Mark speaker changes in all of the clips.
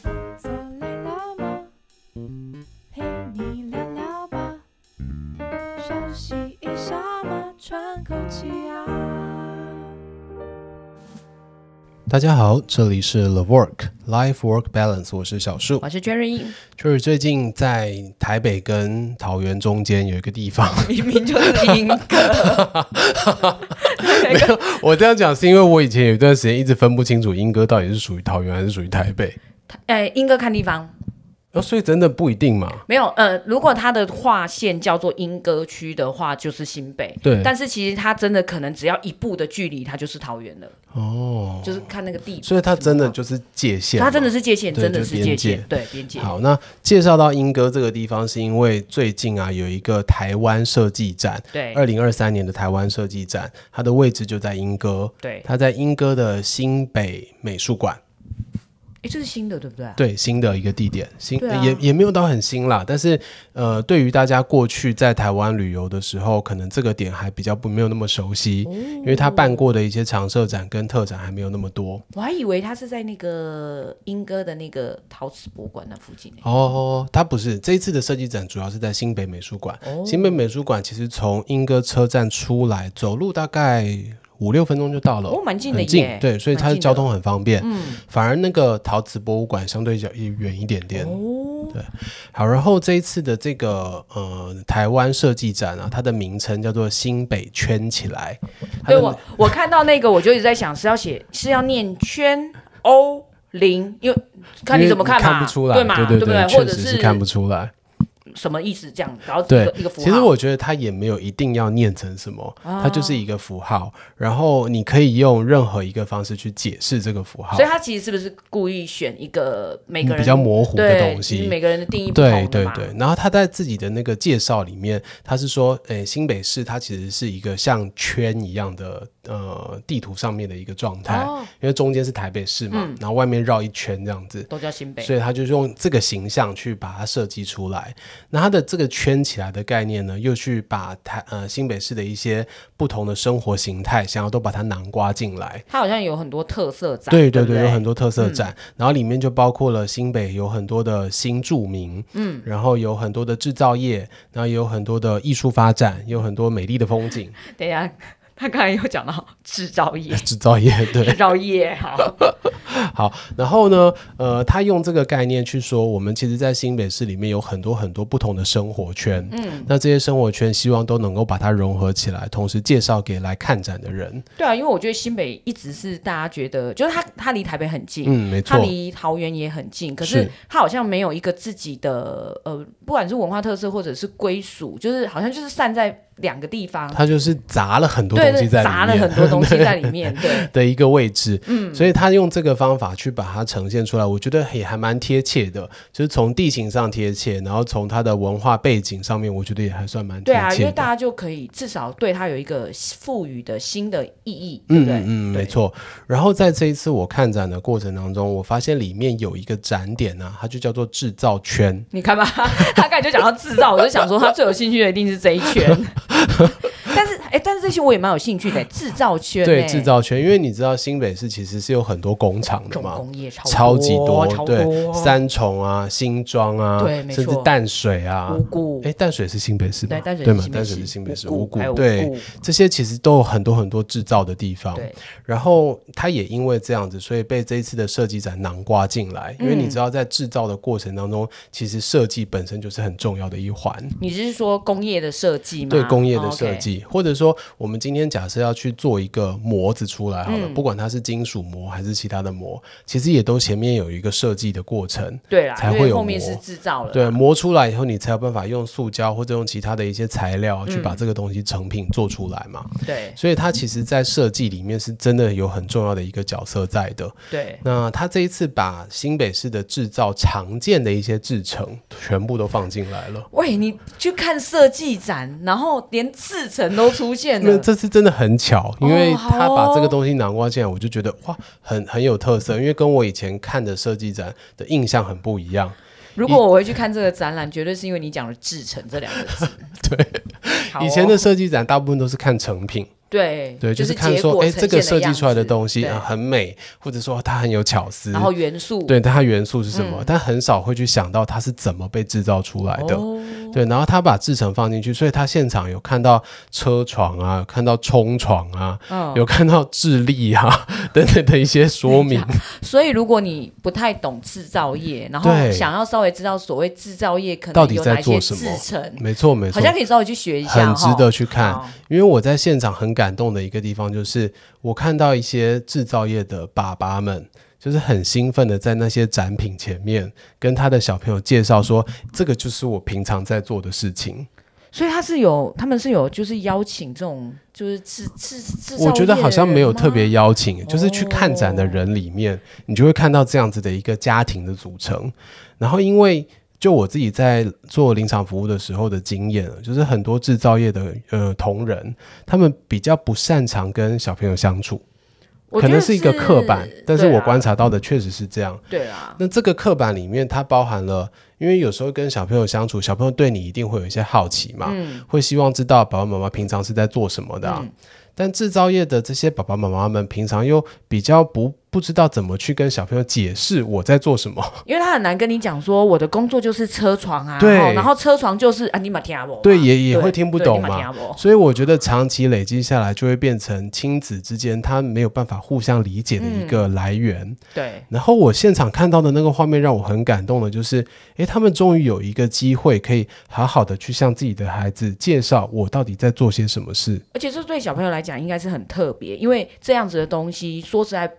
Speaker 1: 坐累了吗？陪你聊聊吧，休息一下嘛，喘口气啊。
Speaker 2: 大家好，这里是 The Work Life Work Balance，我是小树
Speaker 3: 我。是 Jerry，
Speaker 2: 就是最近在台北跟桃园中间有一个地方，
Speaker 3: 明明就是英哥，
Speaker 2: 没有，我这样讲是因为我以前有一段时间一直分不清楚莺歌到底是属于桃园还是属于台北，
Speaker 3: 呃，英哥看地方
Speaker 2: 哦，所以真的不一定嘛。
Speaker 3: 没有，呃，如果他的划线叫做英歌区的话，就是新北，
Speaker 2: 对
Speaker 3: 但是其实他真的可能只要一步的距离，他就是桃园了，
Speaker 2: 哦，
Speaker 3: 就是看那个地，
Speaker 2: 所以它真的就是界限嘛，
Speaker 3: 他真的是界限，
Speaker 2: 对
Speaker 3: 真的
Speaker 2: 就是
Speaker 3: 是
Speaker 2: 边
Speaker 3: 界
Speaker 2: 界
Speaker 3: 限，对边界，
Speaker 2: 好，那介绍到莺歌这个地方，是因为最近啊有一个台湾设计展，
Speaker 3: 对
Speaker 2: 二零二三年的台湾设计展，它的位置就在莺歌，
Speaker 3: 对，
Speaker 2: 它在莺歌的新北美术馆，
Speaker 3: 哎，这是新的，对不对啊？
Speaker 2: 对，新的一个地点，新、
Speaker 3: 对啊
Speaker 2: 也也没有到很新啦，但是呃，对于大家过去在台湾旅游的时候，可能这个点还比较不没有那么熟悉，
Speaker 3: 哦
Speaker 2: 因为它办过的一些常设展跟特展还没有那么多。
Speaker 3: 我还以为他是在那个英歌的那个陶瓷博物馆那附近呢。
Speaker 2: 哦，它不是这一次的设计展，主要是在新北美术馆。
Speaker 3: 哦
Speaker 2: 新北美术馆其实从莺歌车站出来，走路大概五六分钟就到了，
Speaker 3: 哦蛮近
Speaker 2: 呃
Speaker 3: 的
Speaker 2: 很近
Speaker 3: 耶
Speaker 2: 对，所以它
Speaker 3: 蛮
Speaker 2: 的
Speaker 3: 近的
Speaker 2: 交通很方便。嗯，反而那个陶瓷博物馆相对较远一点点。
Speaker 3: 哦，
Speaker 2: 好，然后这一次的这个呃台湾设计展啊，它的名称叫做新北圈起来。它
Speaker 3: 对
Speaker 2: 的
Speaker 3: 我 我看到那个我就一直在想是要写是要念圈欧零，因为看
Speaker 2: 哦因
Speaker 3: 你
Speaker 2: 为
Speaker 3: 怎么看嘛，
Speaker 2: 看不出来，
Speaker 3: 对嘛，
Speaker 2: 对
Speaker 3: 不
Speaker 2: 对，
Speaker 3: 或
Speaker 2: 确
Speaker 3: 者
Speaker 2: 实是看不出来。
Speaker 3: 什么意思这样，然后一
Speaker 2: 对
Speaker 3: 个一个，符号。啊
Speaker 2: 其实我觉得它也没有一定要念成什么，它就是一个符号，然后你可以用任何一个方式去解释这个符号
Speaker 3: 所以，他其实是不是故意选一个每个
Speaker 2: 嗯
Speaker 3: 人
Speaker 2: 比较模糊的
Speaker 3: 对
Speaker 2: 东西
Speaker 3: 就是每个人的定义不
Speaker 2: 对
Speaker 3: 同
Speaker 2: 对
Speaker 3: 的嘛哦
Speaker 2: 对，然后他在自己的那个介绍里面，他是说，诶，新北市它其实是一个像圈一样的呃地图上面的一个状态，
Speaker 3: 哦嗯
Speaker 2: 因为中间是台北市嘛，然后外面绕一圈这样子，
Speaker 3: 都叫新北。
Speaker 2: 所以他就是用这个形象去把它设计出来。那它的这个圈起来的概念呢，又去把台呃新北市的一些不同的生活形态，想要都把它囊括进来。
Speaker 3: 它好像有很多特色展，
Speaker 2: 对
Speaker 3: 对嗯
Speaker 2: 对
Speaker 3: 不
Speaker 2: 有很多特色展，然后里面就包括了新北有很多的新住民，嗯，然后有很多的制造业，然后也有很多的艺术发展，也有很多美丽的风 景，
Speaker 3: 等一下，他刚才有讲到制 造业，
Speaker 2: 制造业对
Speaker 3: 制。造业好，
Speaker 2: 好，然后呢，呃，他用这个概念去说，我们其实，在新北市里面有很多很多不同的生活圈，嗯，那这些生活圈希望都能够把它融合起来，同时介绍给来看展的人，
Speaker 3: 对啊，因为我觉得新北一直是大家觉得，就是它它离台北很近，
Speaker 2: 嗯，没
Speaker 3: 它
Speaker 2: 错，
Speaker 3: 离桃园也很近，可
Speaker 2: 是
Speaker 3: 是它好像没有一个自己的呃，不管是文化特色或者是归属，就是好像就是散在两个地方，
Speaker 2: 他就是砸了很多
Speaker 3: 对
Speaker 2: 东
Speaker 3: 对，
Speaker 2: 西在里面，
Speaker 3: 砸了很多东西在里面， 对，
Speaker 2: 的一个位置，嗯，所以他用这个方法去把它呈现出来，我觉得也还蛮贴切的，就是从地形上贴切，然后从他的文化背景上面，我觉得也还算蛮贴
Speaker 3: 对啊，因
Speaker 2: 切
Speaker 3: 为
Speaker 2: 的
Speaker 3: 大。家就可以至少对它有一个赋予的新的意义，对
Speaker 2: 嗯
Speaker 3: 不对？
Speaker 2: 嗯，
Speaker 3: 对
Speaker 2: 没。错。然后在这一次我看展的过程当中，我发现里面有一个展点呢、它就叫做制造圈。
Speaker 3: 你看吧， 他刚才就讲到制造，我就想说他最有兴趣的一定是这一 圈。但是，哎、但是这些我也蛮有兴趣的，制造圈、
Speaker 2: 对，
Speaker 3: 哎
Speaker 2: 制造圈，因为你知道新北市其实是有很多工厂的
Speaker 3: 重
Speaker 2: 嘛，
Speaker 3: 工业
Speaker 2: 超
Speaker 3: 超
Speaker 2: 级
Speaker 3: 多，超
Speaker 2: 对，
Speaker 3: 多
Speaker 2: 三重啊、新庄啊，
Speaker 3: 对没
Speaker 2: 甚至
Speaker 3: 错
Speaker 2: 淡水啊
Speaker 3: 无，辜。
Speaker 2: 哎，淡水是新北市吗？
Speaker 3: 对，淡水
Speaker 2: 对
Speaker 3: 是
Speaker 2: 嘛
Speaker 3: 新，北
Speaker 2: 淡水
Speaker 3: 市
Speaker 2: 是新北市，
Speaker 3: 五
Speaker 2: 五股
Speaker 3: 股还有五
Speaker 2: 对，
Speaker 3: 股
Speaker 2: 这些其实都有很多很多制造的地方。
Speaker 3: 对，
Speaker 2: 然后它也因为这样子，所以被这一次的设计展囊括进来。因
Speaker 3: 嗯
Speaker 2: 为你知道，在制造的过程当中，其实设计本身就是很重要的一环。
Speaker 3: 你是说工业的设计吗？
Speaker 2: 对工业的
Speaker 3: 哦
Speaker 2: 设
Speaker 3: ，OK，
Speaker 2: 计，或者说我们今天假设要去做一个模子出来好
Speaker 3: 嗯
Speaker 2: 了，不管它是金属模还是其他的模，其实也都前面有一个设计的过程。
Speaker 3: 对啦，
Speaker 2: 才
Speaker 3: 因
Speaker 2: 会
Speaker 3: 为
Speaker 2: 有
Speaker 3: 后面
Speaker 2: 膜
Speaker 3: 是制造了，
Speaker 2: 对，磨出来以后，你才有办法用塑胶或者用其他的一些材料去把这个东西成品做出来嘛。
Speaker 3: 对
Speaker 2: 所以它其实，在设计里面是真的有很重要的一个角色在的。
Speaker 3: 对，
Speaker 2: 那他这一次把新北市的制造常见的一些制成全部都放进来了。
Speaker 3: 喂，你去看设计展，然后连制成都出现
Speaker 2: 因为
Speaker 3: 了，
Speaker 2: 这次真的很巧，因为他
Speaker 3: 好
Speaker 2: 把这个
Speaker 3: 哦
Speaker 2: 东西囊括进来，我就觉得哇，很很有特色，因为跟我以前看的设计展的印象很不一样。
Speaker 3: 如果我会去看这个展览，绝对是因 为你讲了“制成”这两个字。对，
Speaker 2: 以前的设计展大部分都是看成品，
Speaker 3: 哦对
Speaker 2: 对，就是是看
Speaker 3: 结
Speaker 2: 说，
Speaker 3: 果
Speaker 2: 哎，
Speaker 3: 呈
Speaker 2: 这个
Speaker 3: 现
Speaker 2: 设计
Speaker 3: 样
Speaker 2: 出来的
Speaker 3: 子
Speaker 2: 东西
Speaker 3: 对
Speaker 2: 啊很美，或者说它很有巧思，
Speaker 3: 然后嗯元素
Speaker 2: 对它元素是什么，但很少会去想到它是怎么被制造出来的。
Speaker 3: 哦
Speaker 2: 对，然后他把制成放进去，所以他现场有看到车床啊，有看到冲床啊，
Speaker 3: 嗯
Speaker 2: 有看到智力啊 等等的一些说 明。
Speaker 3: 所以，如果你不太懂制造业，然后
Speaker 2: 嗯对
Speaker 3: 想要稍微知道所谓制造业可
Speaker 2: 到
Speaker 3: 能
Speaker 2: 底
Speaker 3: 有
Speaker 2: 在
Speaker 3: 哪
Speaker 2: 做
Speaker 3: 些
Speaker 2: 什么
Speaker 3: 制成，
Speaker 2: 没错，没
Speaker 3: 好
Speaker 2: 错，
Speaker 3: 像可以稍微去学一下，
Speaker 2: 很值得
Speaker 3: 哈
Speaker 2: 去看
Speaker 3: 好。
Speaker 2: 因为我在现场很感动的一个地方，就是我看到一些制造业的爸爸们。就是很兴奋的在那些展品前面跟他的小朋友介绍说，这个就是我平常在做的事情。
Speaker 3: 所以他是有，他们是有，就是邀请这种，就是制制制造业的人
Speaker 2: 我
Speaker 3: 吗，
Speaker 2: 觉得好像没有特别邀请，就是去看展的人里面，你就会看到这样子的一个家庭的组成。然后，因为就我自己在做临场服务的时候的经验，就是很多制造业的呃同仁，他们比较不擅长跟小朋友相处，
Speaker 3: 我觉
Speaker 2: 可
Speaker 3: 得
Speaker 2: 能是一个刻板，但是
Speaker 3: 对
Speaker 2: 我
Speaker 3: 啊
Speaker 2: 观察到的确实是这样。
Speaker 3: 对啊，
Speaker 2: 那这个刻板里面，它包含了，因为有时候跟小朋友相处，小朋友对你一定会有一些好奇嘛，
Speaker 3: 嗯
Speaker 2: 会希望知道爸爸妈妈平常是在做什么的啊、但制造业的这些爸爸妈妈们，平常又比较不不知道怎么去跟小朋友解释我在做什么。
Speaker 3: 因为他很难跟你讲说我的工作就是车床啊，
Speaker 2: 对
Speaker 3: 哦然后车床就是啊，你马听我嘛，
Speaker 2: 对也也
Speaker 3: 对
Speaker 2: 会听不
Speaker 3: 对
Speaker 2: 懂
Speaker 3: 你嘛
Speaker 2: 嘛
Speaker 3: 听不
Speaker 2: 所以我觉得长期累积下来，就会变成亲子之间他没有办法互相理解的一
Speaker 3: 嗯
Speaker 2: 个来源。
Speaker 3: 对，
Speaker 2: 然后我现场看到的那个画面让我很感动的，就是，诶，他们终于有一个机会可以好好的去向自己的孩子介绍我到底在做些什么事。
Speaker 3: 而且这对小朋友来讲应该是很特别，因为这样子的东西，说实在，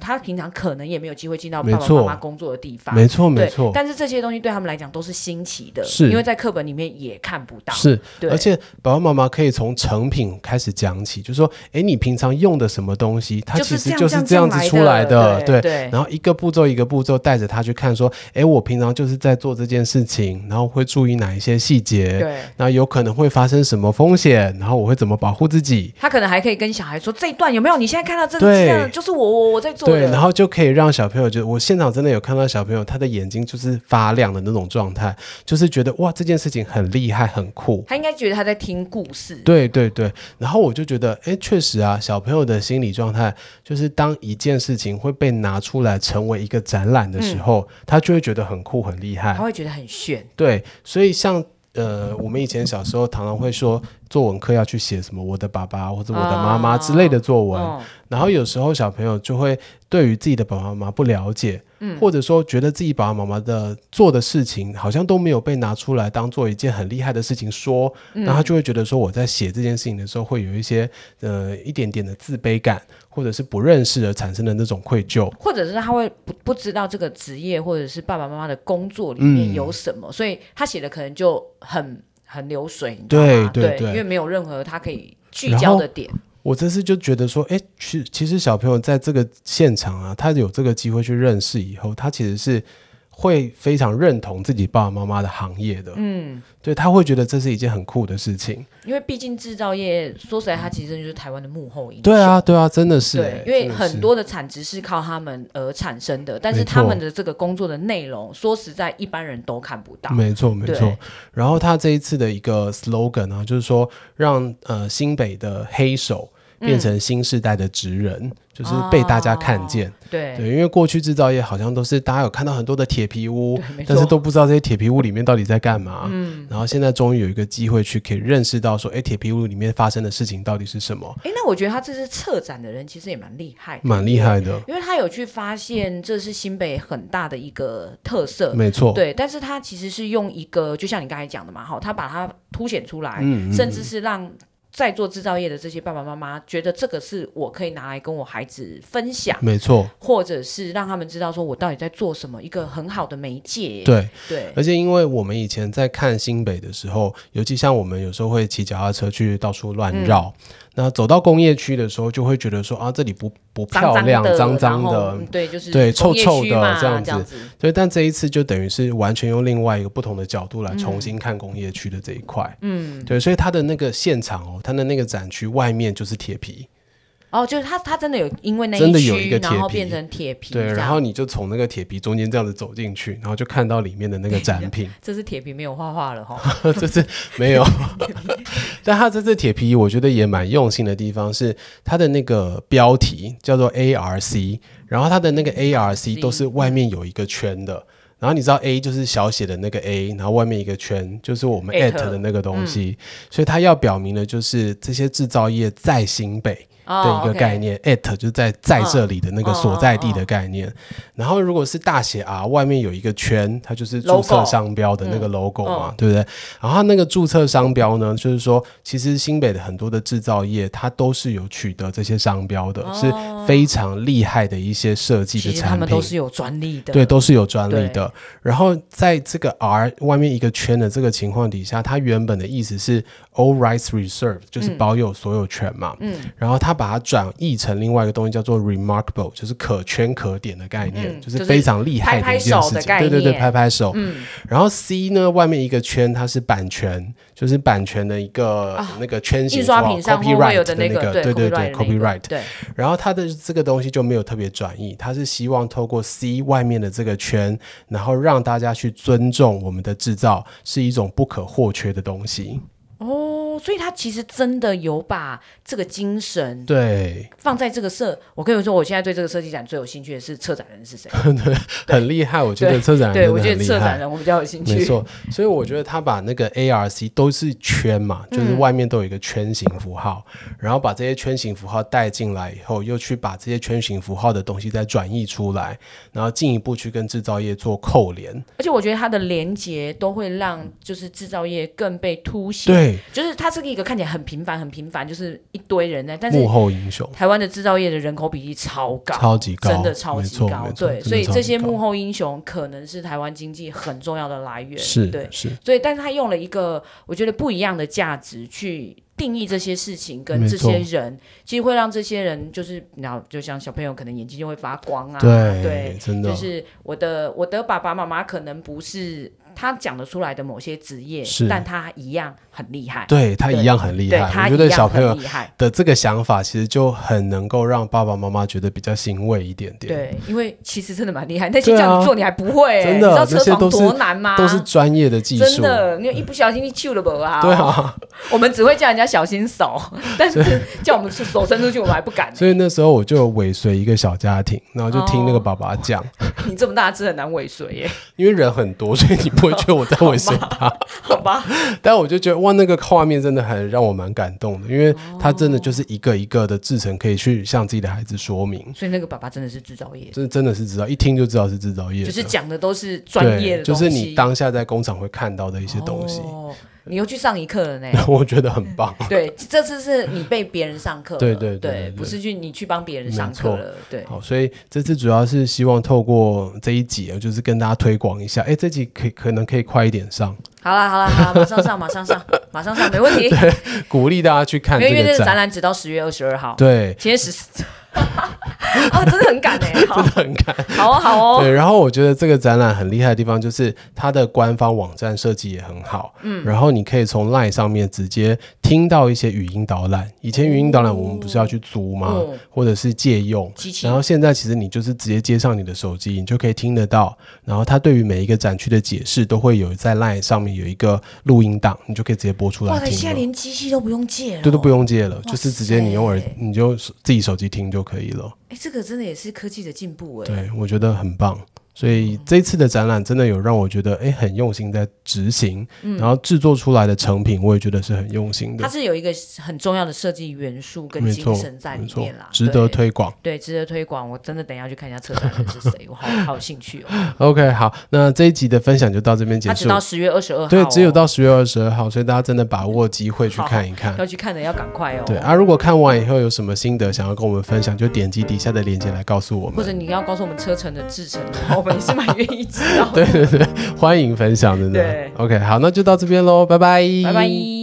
Speaker 3: 他平常可能也没有机会进到爸
Speaker 2: 没
Speaker 3: 爸
Speaker 2: 错
Speaker 3: 妈妈工作的地方，
Speaker 2: 没错，没
Speaker 3: 对
Speaker 2: 错，
Speaker 3: 但是这些东西对他们来讲都是新奇的，
Speaker 2: 是
Speaker 3: 因为在课本里面也看不到，
Speaker 2: 是。
Speaker 3: 对，
Speaker 2: 而且爸爸妈妈可以从成品开始讲起，就说，诶，你平常用的什么东西，它
Speaker 3: 就
Speaker 2: 其
Speaker 3: 是
Speaker 2: 实
Speaker 3: 这样
Speaker 2: 就是这样子出来的，
Speaker 3: 对
Speaker 2: 对。
Speaker 3: 对。
Speaker 2: 然后一个步骤一个步骤带着他去看，说，诶，我平常就是在做这件事情，然后会注意哪一些细节，
Speaker 3: 对
Speaker 2: 那有可能会发生什么风险，然后我会怎么保护自己，
Speaker 3: 他可能还可以跟小孩说这一段有没有？你现在看到这
Speaker 2: 对
Speaker 3: 个这样就是我我我在做的，
Speaker 2: 对，然后就可以让小朋友就，我现场真的有看到小朋友，他的眼睛就是发亮的那种状态，就是觉得哇，这件事情很厉害，很酷。
Speaker 3: 他应该觉得他在听故事，
Speaker 2: 对对对，然后我就觉得，哎，确实啊，小朋友的心理状态就是，当一件事情会被拿出来成为一个展览的
Speaker 3: 嗯
Speaker 2: 时候，他就会觉得很酷、很厉害
Speaker 3: 他。会觉得很炫。
Speaker 2: 对，所以像呃，我们以前小时候常常会说，作文课要去写什么“我的爸爸”或者“我的妈妈”之类的作文，
Speaker 3: 哦，
Speaker 2: 然后有时候小朋友就会对于自己的爸爸妈妈不了解，或者说觉得自己爸爸妈妈的做的事情好像都没有被拿出来当做一件很厉害的事情说，那、他就会觉得说我在写这件事情的时候会有一些呃一点点的自卑感，或者是不认识而产生的那种愧疚。
Speaker 3: 或者是他会不不知道这个职业或者是爸爸妈妈的工作里面
Speaker 2: 嗯
Speaker 3: 有什么，所以他写的可能就很很流水，你知道
Speaker 2: 对
Speaker 3: 吗
Speaker 2: 对
Speaker 3: 对
Speaker 2: 对
Speaker 3: 因为没有任何他可以聚
Speaker 2: 然
Speaker 3: 焦
Speaker 2: 后
Speaker 3: 的点。
Speaker 2: 我这次就觉得说，哎，其其实小朋友在这个现场啊，他有这个机会去认识以后，他其实是会非常认同自己爸爸妈妈的行业的，
Speaker 3: 嗯，
Speaker 2: 对他会觉得这是一件很酷的事情。
Speaker 3: 因为毕竟制造业说实在，它其实就是台湾的幕后英雄。
Speaker 2: 对啊，对啊，真的是欸、
Speaker 3: 对，因
Speaker 2: 真
Speaker 3: 为
Speaker 2: 的
Speaker 3: 很
Speaker 2: 是
Speaker 3: 多的产值是靠他们而产生的，但是
Speaker 2: 没错
Speaker 3: 他们的这个工作的内容，说实在，一般人都看不到。
Speaker 2: 没错没错
Speaker 3: 对。
Speaker 2: 然后他这一次的一个 slogan 啊，就是说让呃新北的黑手
Speaker 3: 嗯
Speaker 2: 变成新时代的职人，就是被大家看
Speaker 3: 哦
Speaker 2: 见。
Speaker 3: 对，
Speaker 2: 对，因为过去制造业好像都是大家有看到很多的铁皮屋
Speaker 3: 对没错，
Speaker 2: 但是都不知道这些铁皮屋里面到底在干嘛。嗯，然后现在终于有一个机会去可以认识到说，哎，铁皮屋里面发生的事情到底是什么，
Speaker 3: 哎，那我觉得他这次策展的人其实也蛮厉害的，
Speaker 2: 蛮厉害的。
Speaker 3: 因为他有去发现这是新北很大的一个特色。
Speaker 2: 没错，
Speaker 3: 对，但是他其实是用一个，就像你刚才讲的嘛，哈，他把它凸显出来，
Speaker 2: 嗯嗯
Speaker 3: 甚至是让在做制造业的这些爸爸妈妈觉得这个是我可以拿来跟我孩子分享，
Speaker 2: 没错，
Speaker 3: 或者是让他们知道说我到底在做什么，一个很好的媒介。
Speaker 2: 对。呃
Speaker 3: 对
Speaker 2: 而且因为我们以前在看新北的时候，尤其像我们有时候会骑脚踏车去到处乱
Speaker 3: 嗯
Speaker 2: 绕，那走到工业区的时候，就会觉得说啊，这里不不漂亮，脏
Speaker 3: 脏
Speaker 2: 脏
Speaker 3: 然后
Speaker 2: 的。
Speaker 3: 嗯对，就是
Speaker 2: 对
Speaker 3: 工业
Speaker 2: 臭臭
Speaker 3: 区
Speaker 2: 的
Speaker 3: 嘛
Speaker 2: 这样
Speaker 3: 这样
Speaker 2: 子
Speaker 3: 子。
Speaker 2: 对，但这一次就等于是完全用另外一个不同的角度来重新看工业区的这一块。嗯，对，所以它的那个现场哦，它的那个展区外面就是铁皮，
Speaker 3: 哦，就是它它真的有因为那
Speaker 2: 真
Speaker 3: 一
Speaker 2: 的有
Speaker 3: 区
Speaker 2: 一个铁
Speaker 3: 然后
Speaker 2: 皮
Speaker 3: 变成铁皮这
Speaker 2: 对，
Speaker 3: 样，
Speaker 2: 然后你就从那个铁皮中间这样子走进去，然后就看到里面的那个展品，
Speaker 3: 这是铁皮没有画 画了哈。
Speaker 2: 这次没有。但它这次铁皮我觉得也蛮用心的地方是它的那个标题叫做 ARC，然后它的那个 ARC 都是外面有一个圈的。然后你知道 A 就是小写的那个 A，然后外面一个圈就是我们
Speaker 3: at
Speaker 2: at 的那个东西，所以它要表明的就是这些制造业在新北，
Speaker 3: 哦
Speaker 2: 的一个概念、a t 就是在在这里的那个
Speaker 3: 嗯
Speaker 2: 所在地的概念。然后如果是大写 R，外面有一个圈，它就是注
Speaker 3: Logo
Speaker 2: 册
Speaker 3: 嗯
Speaker 2: 商标的那个 logo 嘛，对不对？然后它那个注册商标呢，就是说，其实新北的很多的制造业，它都是有取得这些商标的，是非常厉害的一些设计
Speaker 3: 哦其
Speaker 2: 的
Speaker 3: 实他
Speaker 2: 产
Speaker 3: 们
Speaker 2: 品
Speaker 3: 都。是有专利的，
Speaker 2: 对，都是有专利
Speaker 3: 对
Speaker 2: 的。然后在这个 R 外面一个圈的这个情况底下，它原本的意思是 all rights reserved，就是
Speaker 3: 嗯
Speaker 2: 保有所有权嘛。嗯。然后它把它转译成另外一个东西叫做 remarkable，就是可圈可点的概念，
Speaker 3: 嗯
Speaker 2: 就是非常厉害的一件事情。
Speaker 3: 就是拍拍手的概
Speaker 2: 对
Speaker 3: 念
Speaker 2: 对对，拍拍手。嗯。然后 C 呢，外面一个圈它是版权，就是版权的一个、那个圈型
Speaker 3: 啊印刷品
Speaker 2: 符号
Speaker 3: 上会会有
Speaker 2: copyright
Speaker 3: 的
Speaker 2: 的
Speaker 3: 那个
Speaker 2: 对对对
Speaker 3: copyright 的那个
Speaker 2: copyright。
Speaker 3: 对，
Speaker 2: 然后它的这个东西就没有特别转移，它是希望透过 C 外面的这个圈，然后让大家去尊重我们的制造是一种不可或缺的东西。
Speaker 3: 哦，所以他其实真的有把这个精神
Speaker 2: 对，
Speaker 3: 放在这个设。我跟你说，我现在对这个设计展最有兴趣的是策展人 是谁？
Speaker 2: 很厉害，我觉得策展
Speaker 3: 对，
Speaker 2: 人
Speaker 3: 我
Speaker 2: 真的
Speaker 3: 觉
Speaker 2: 很
Speaker 3: 得
Speaker 2: 厉
Speaker 3: 策展
Speaker 2: 害。
Speaker 3: 人我比较有兴趣。
Speaker 2: 没错，所以我觉得他把那个 ARC 都是圈嘛，
Speaker 3: 嗯
Speaker 2: 就是外面都有一个圈形符号，然后把这些圈形符号带进来以后，又去把这些圈形符号的东西再转译出来，然后进一步去跟制造业做扣连。
Speaker 3: 而且我觉得它的连接都会让就是制造业更被凸显。，
Speaker 2: 对，
Speaker 3: 就是它是一个看起来很平凡、很平凡，就是一堆人呢，但是
Speaker 2: 幕后英雄。
Speaker 3: 台湾的制造业的人口比例超高。
Speaker 2: 超级高，
Speaker 3: 真的超
Speaker 2: 没
Speaker 3: 级
Speaker 2: 错
Speaker 3: 高
Speaker 2: 没，错
Speaker 3: 对，
Speaker 2: 真的
Speaker 3: 所以
Speaker 2: 超
Speaker 3: 这
Speaker 2: 级
Speaker 3: 些
Speaker 2: 高
Speaker 3: 幕后英雄可能是台湾经济很重要的来源，
Speaker 2: 是
Speaker 3: 对，
Speaker 2: 是
Speaker 3: 所以，但是他用了一个我觉得不一样的价值去定义这些事情跟
Speaker 2: 没
Speaker 3: 这
Speaker 2: 错
Speaker 3: 些人，其实会让这些人就是，然后就像小朋友可能眼睛就会发光啊，
Speaker 2: 对
Speaker 3: 对，
Speaker 2: 真的
Speaker 3: 就是我的我的爸爸妈妈可能不是他讲得出来的某些职业
Speaker 2: 是，
Speaker 3: 但他一样很厉害，
Speaker 2: 对他
Speaker 3: 对
Speaker 2: 一样很厉
Speaker 3: 对
Speaker 2: 害。
Speaker 3: 他
Speaker 2: 我
Speaker 3: 一
Speaker 2: 觉得
Speaker 3: 样
Speaker 2: 小朋
Speaker 3: 很
Speaker 2: 友
Speaker 3: 厉害。
Speaker 2: 的这个想法，其实就很能够让爸爸妈妈觉得比较欣慰一点点。，
Speaker 3: 对，因为其实真的蛮厉害，那些
Speaker 2: 对啊
Speaker 3: 这样做你还不会、欸，
Speaker 2: 真
Speaker 3: 你
Speaker 2: 的
Speaker 3: 知道
Speaker 2: 这些
Speaker 3: 车
Speaker 2: 都
Speaker 3: 房
Speaker 2: 是
Speaker 3: 多难吗？
Speaker 2: 都是专业的技
Speaker 3: 真
Speaker 2: 术。
Speaker 3: 的，你一不小心你去了不啊？
Speaker 2: 对啊，
Speaker 3: 我们只会叫人家小 心手，但是叫我们手伸出去，我们还不敢。
Speaker 2: 所以那时候我就有尾随一个小家庭，然后就听那个
Speaker 3: 哦
Speaker 2: 爸爸讲，
Speaker 3: 你这么大只很难尾随耶，
Speaker 2: 因为人很多，所以你不会觉得我在尾随他。
Speaker 3: 好吧？
Speaker 2: 但我就觉得哇，那个画面真的很让我蛮感动的，因为他真的就是一个一个的制成，可以去向自己的孩子说明，
Speaker 3: 所以那个爸爸真的是制造业，
Speaker 2: 这真的是知道，一听就知道是制造业的，
Speaker 3: 就是讲的都是专业
Speaker 2: 对，
Speaker 3: 的
Speaker 2: 就
Speaker 3: 东西，
Speaker 2: 是你当下在工厂会看到的一些东西，
Speaker 3: 哦，你又去上一课了呢。
Speaker 2: 我觉得很棒。
Speaker 3: 对，这次是你被别人上课了，
Speaker 2: 对对对
Speaker 3: 对
Speaker 2: 对对
Speaker 3: 不是去你去帮别人上课了，对。
Speaker 2: 好，所以这次主要是希望透过这一集，啊就是跟大家推广一下，哎，这集可以可能可以快一点上，
Speaker 3: 好啦好啦好啦，马上上马 上上马上上，没问题，
Speaker 2: 鼓励大家去看
Speaker 3: 因为因
Speaker 2: 这
Speaker 3: 为这
Speaker 2: 个
Speaker 3: 个展
Speaker 2: 展。
Speaker 3: 览只到十月二十二号，
Speaker 2: 对，
Speaker 3: 今天 十四，啊， 真的很赶哎，好
Speaker 2: 很欸看。
Speaker 3: 好哦好哦，
Speaker 2: 对，然后我觉得这个展览很厉害的地方就是它的官方网站设计也很好，嗯，然后你可以从 LINE 上面直接听到一些语音导览。以前语音导览我们不是要去租吗？
Speaker 3: 哦
Speaker 2: 或者是借用
Speaker 3: 机，器
Speaker 2: 然后现在其实你就是直接接上你的手机，你就可以听得到。然后它对于每一个展区的解释都会有在 LINE 上面有一个录音档，你就可以直接播出来
Speaker 3: 哇塞，
Speaker 2: 听
Speaker 3: 现在
Speaker 2: 了。
Speaker 3: 连机器都不用借了，哦
Speaker 2: 对，都不
Speaker 3: 用。
Speaker 2: 用借了，就是直接你用耳
Speaker 3: 塞，
Speaker 2: 你就自己手机听就可以了。
Speaker 3: 哎，这个真的也是科技的进步哎。
Speaker 2: 对，我觉得很棒。所以这次的展览真的有让我觉得，哎，很用心在执行，然后制作出来的成品，我也觉得是很用心
Speaker 3: 嗯它
Speaker 2: 的，
Speaker 3: 是有一个很重要的设计元素跟
Speaker 2: 没错
Speaker 3: 精神在
Speaker 2: 没
Speaker 3: 里
Speaker 2: 错
Speaker 3: 面啦，，
Speaker 2: 值得
Speaker 3: 对。
Speaker 2: 推广。
Speaker 3: 对，值得推广。我真的等一下去看一下策展人是谁，我好好有兴趣哦。
Speaker 2: OK，好，那这一集的分享就到这 边结
Speaker 3: 他
Speaker 2: 束
Speaker 3: 只。到十月二十二号、哦，
Speaker 2: 对，只有到十月二十二号，所以大家真的把握机会去看一看。
Speaker 3: 要去看的要赶快哦。
Speaker 2: 对啊，如果看完以后有什么心得想要跟我们分享，就点击底下的链接来告诉我
Speaker 3: 或
Speaker 2: 们。
Speaker 3: 者你要告诉我们车程的制程的话，我们也是蛮 愿意知道的。
Speaker 2: 对对对，欢迎分享，真的
Speaker 3: 对。
Speaker 2: OK，好，那就到这边喽，拜拜，
Speaker 3: 拜拜。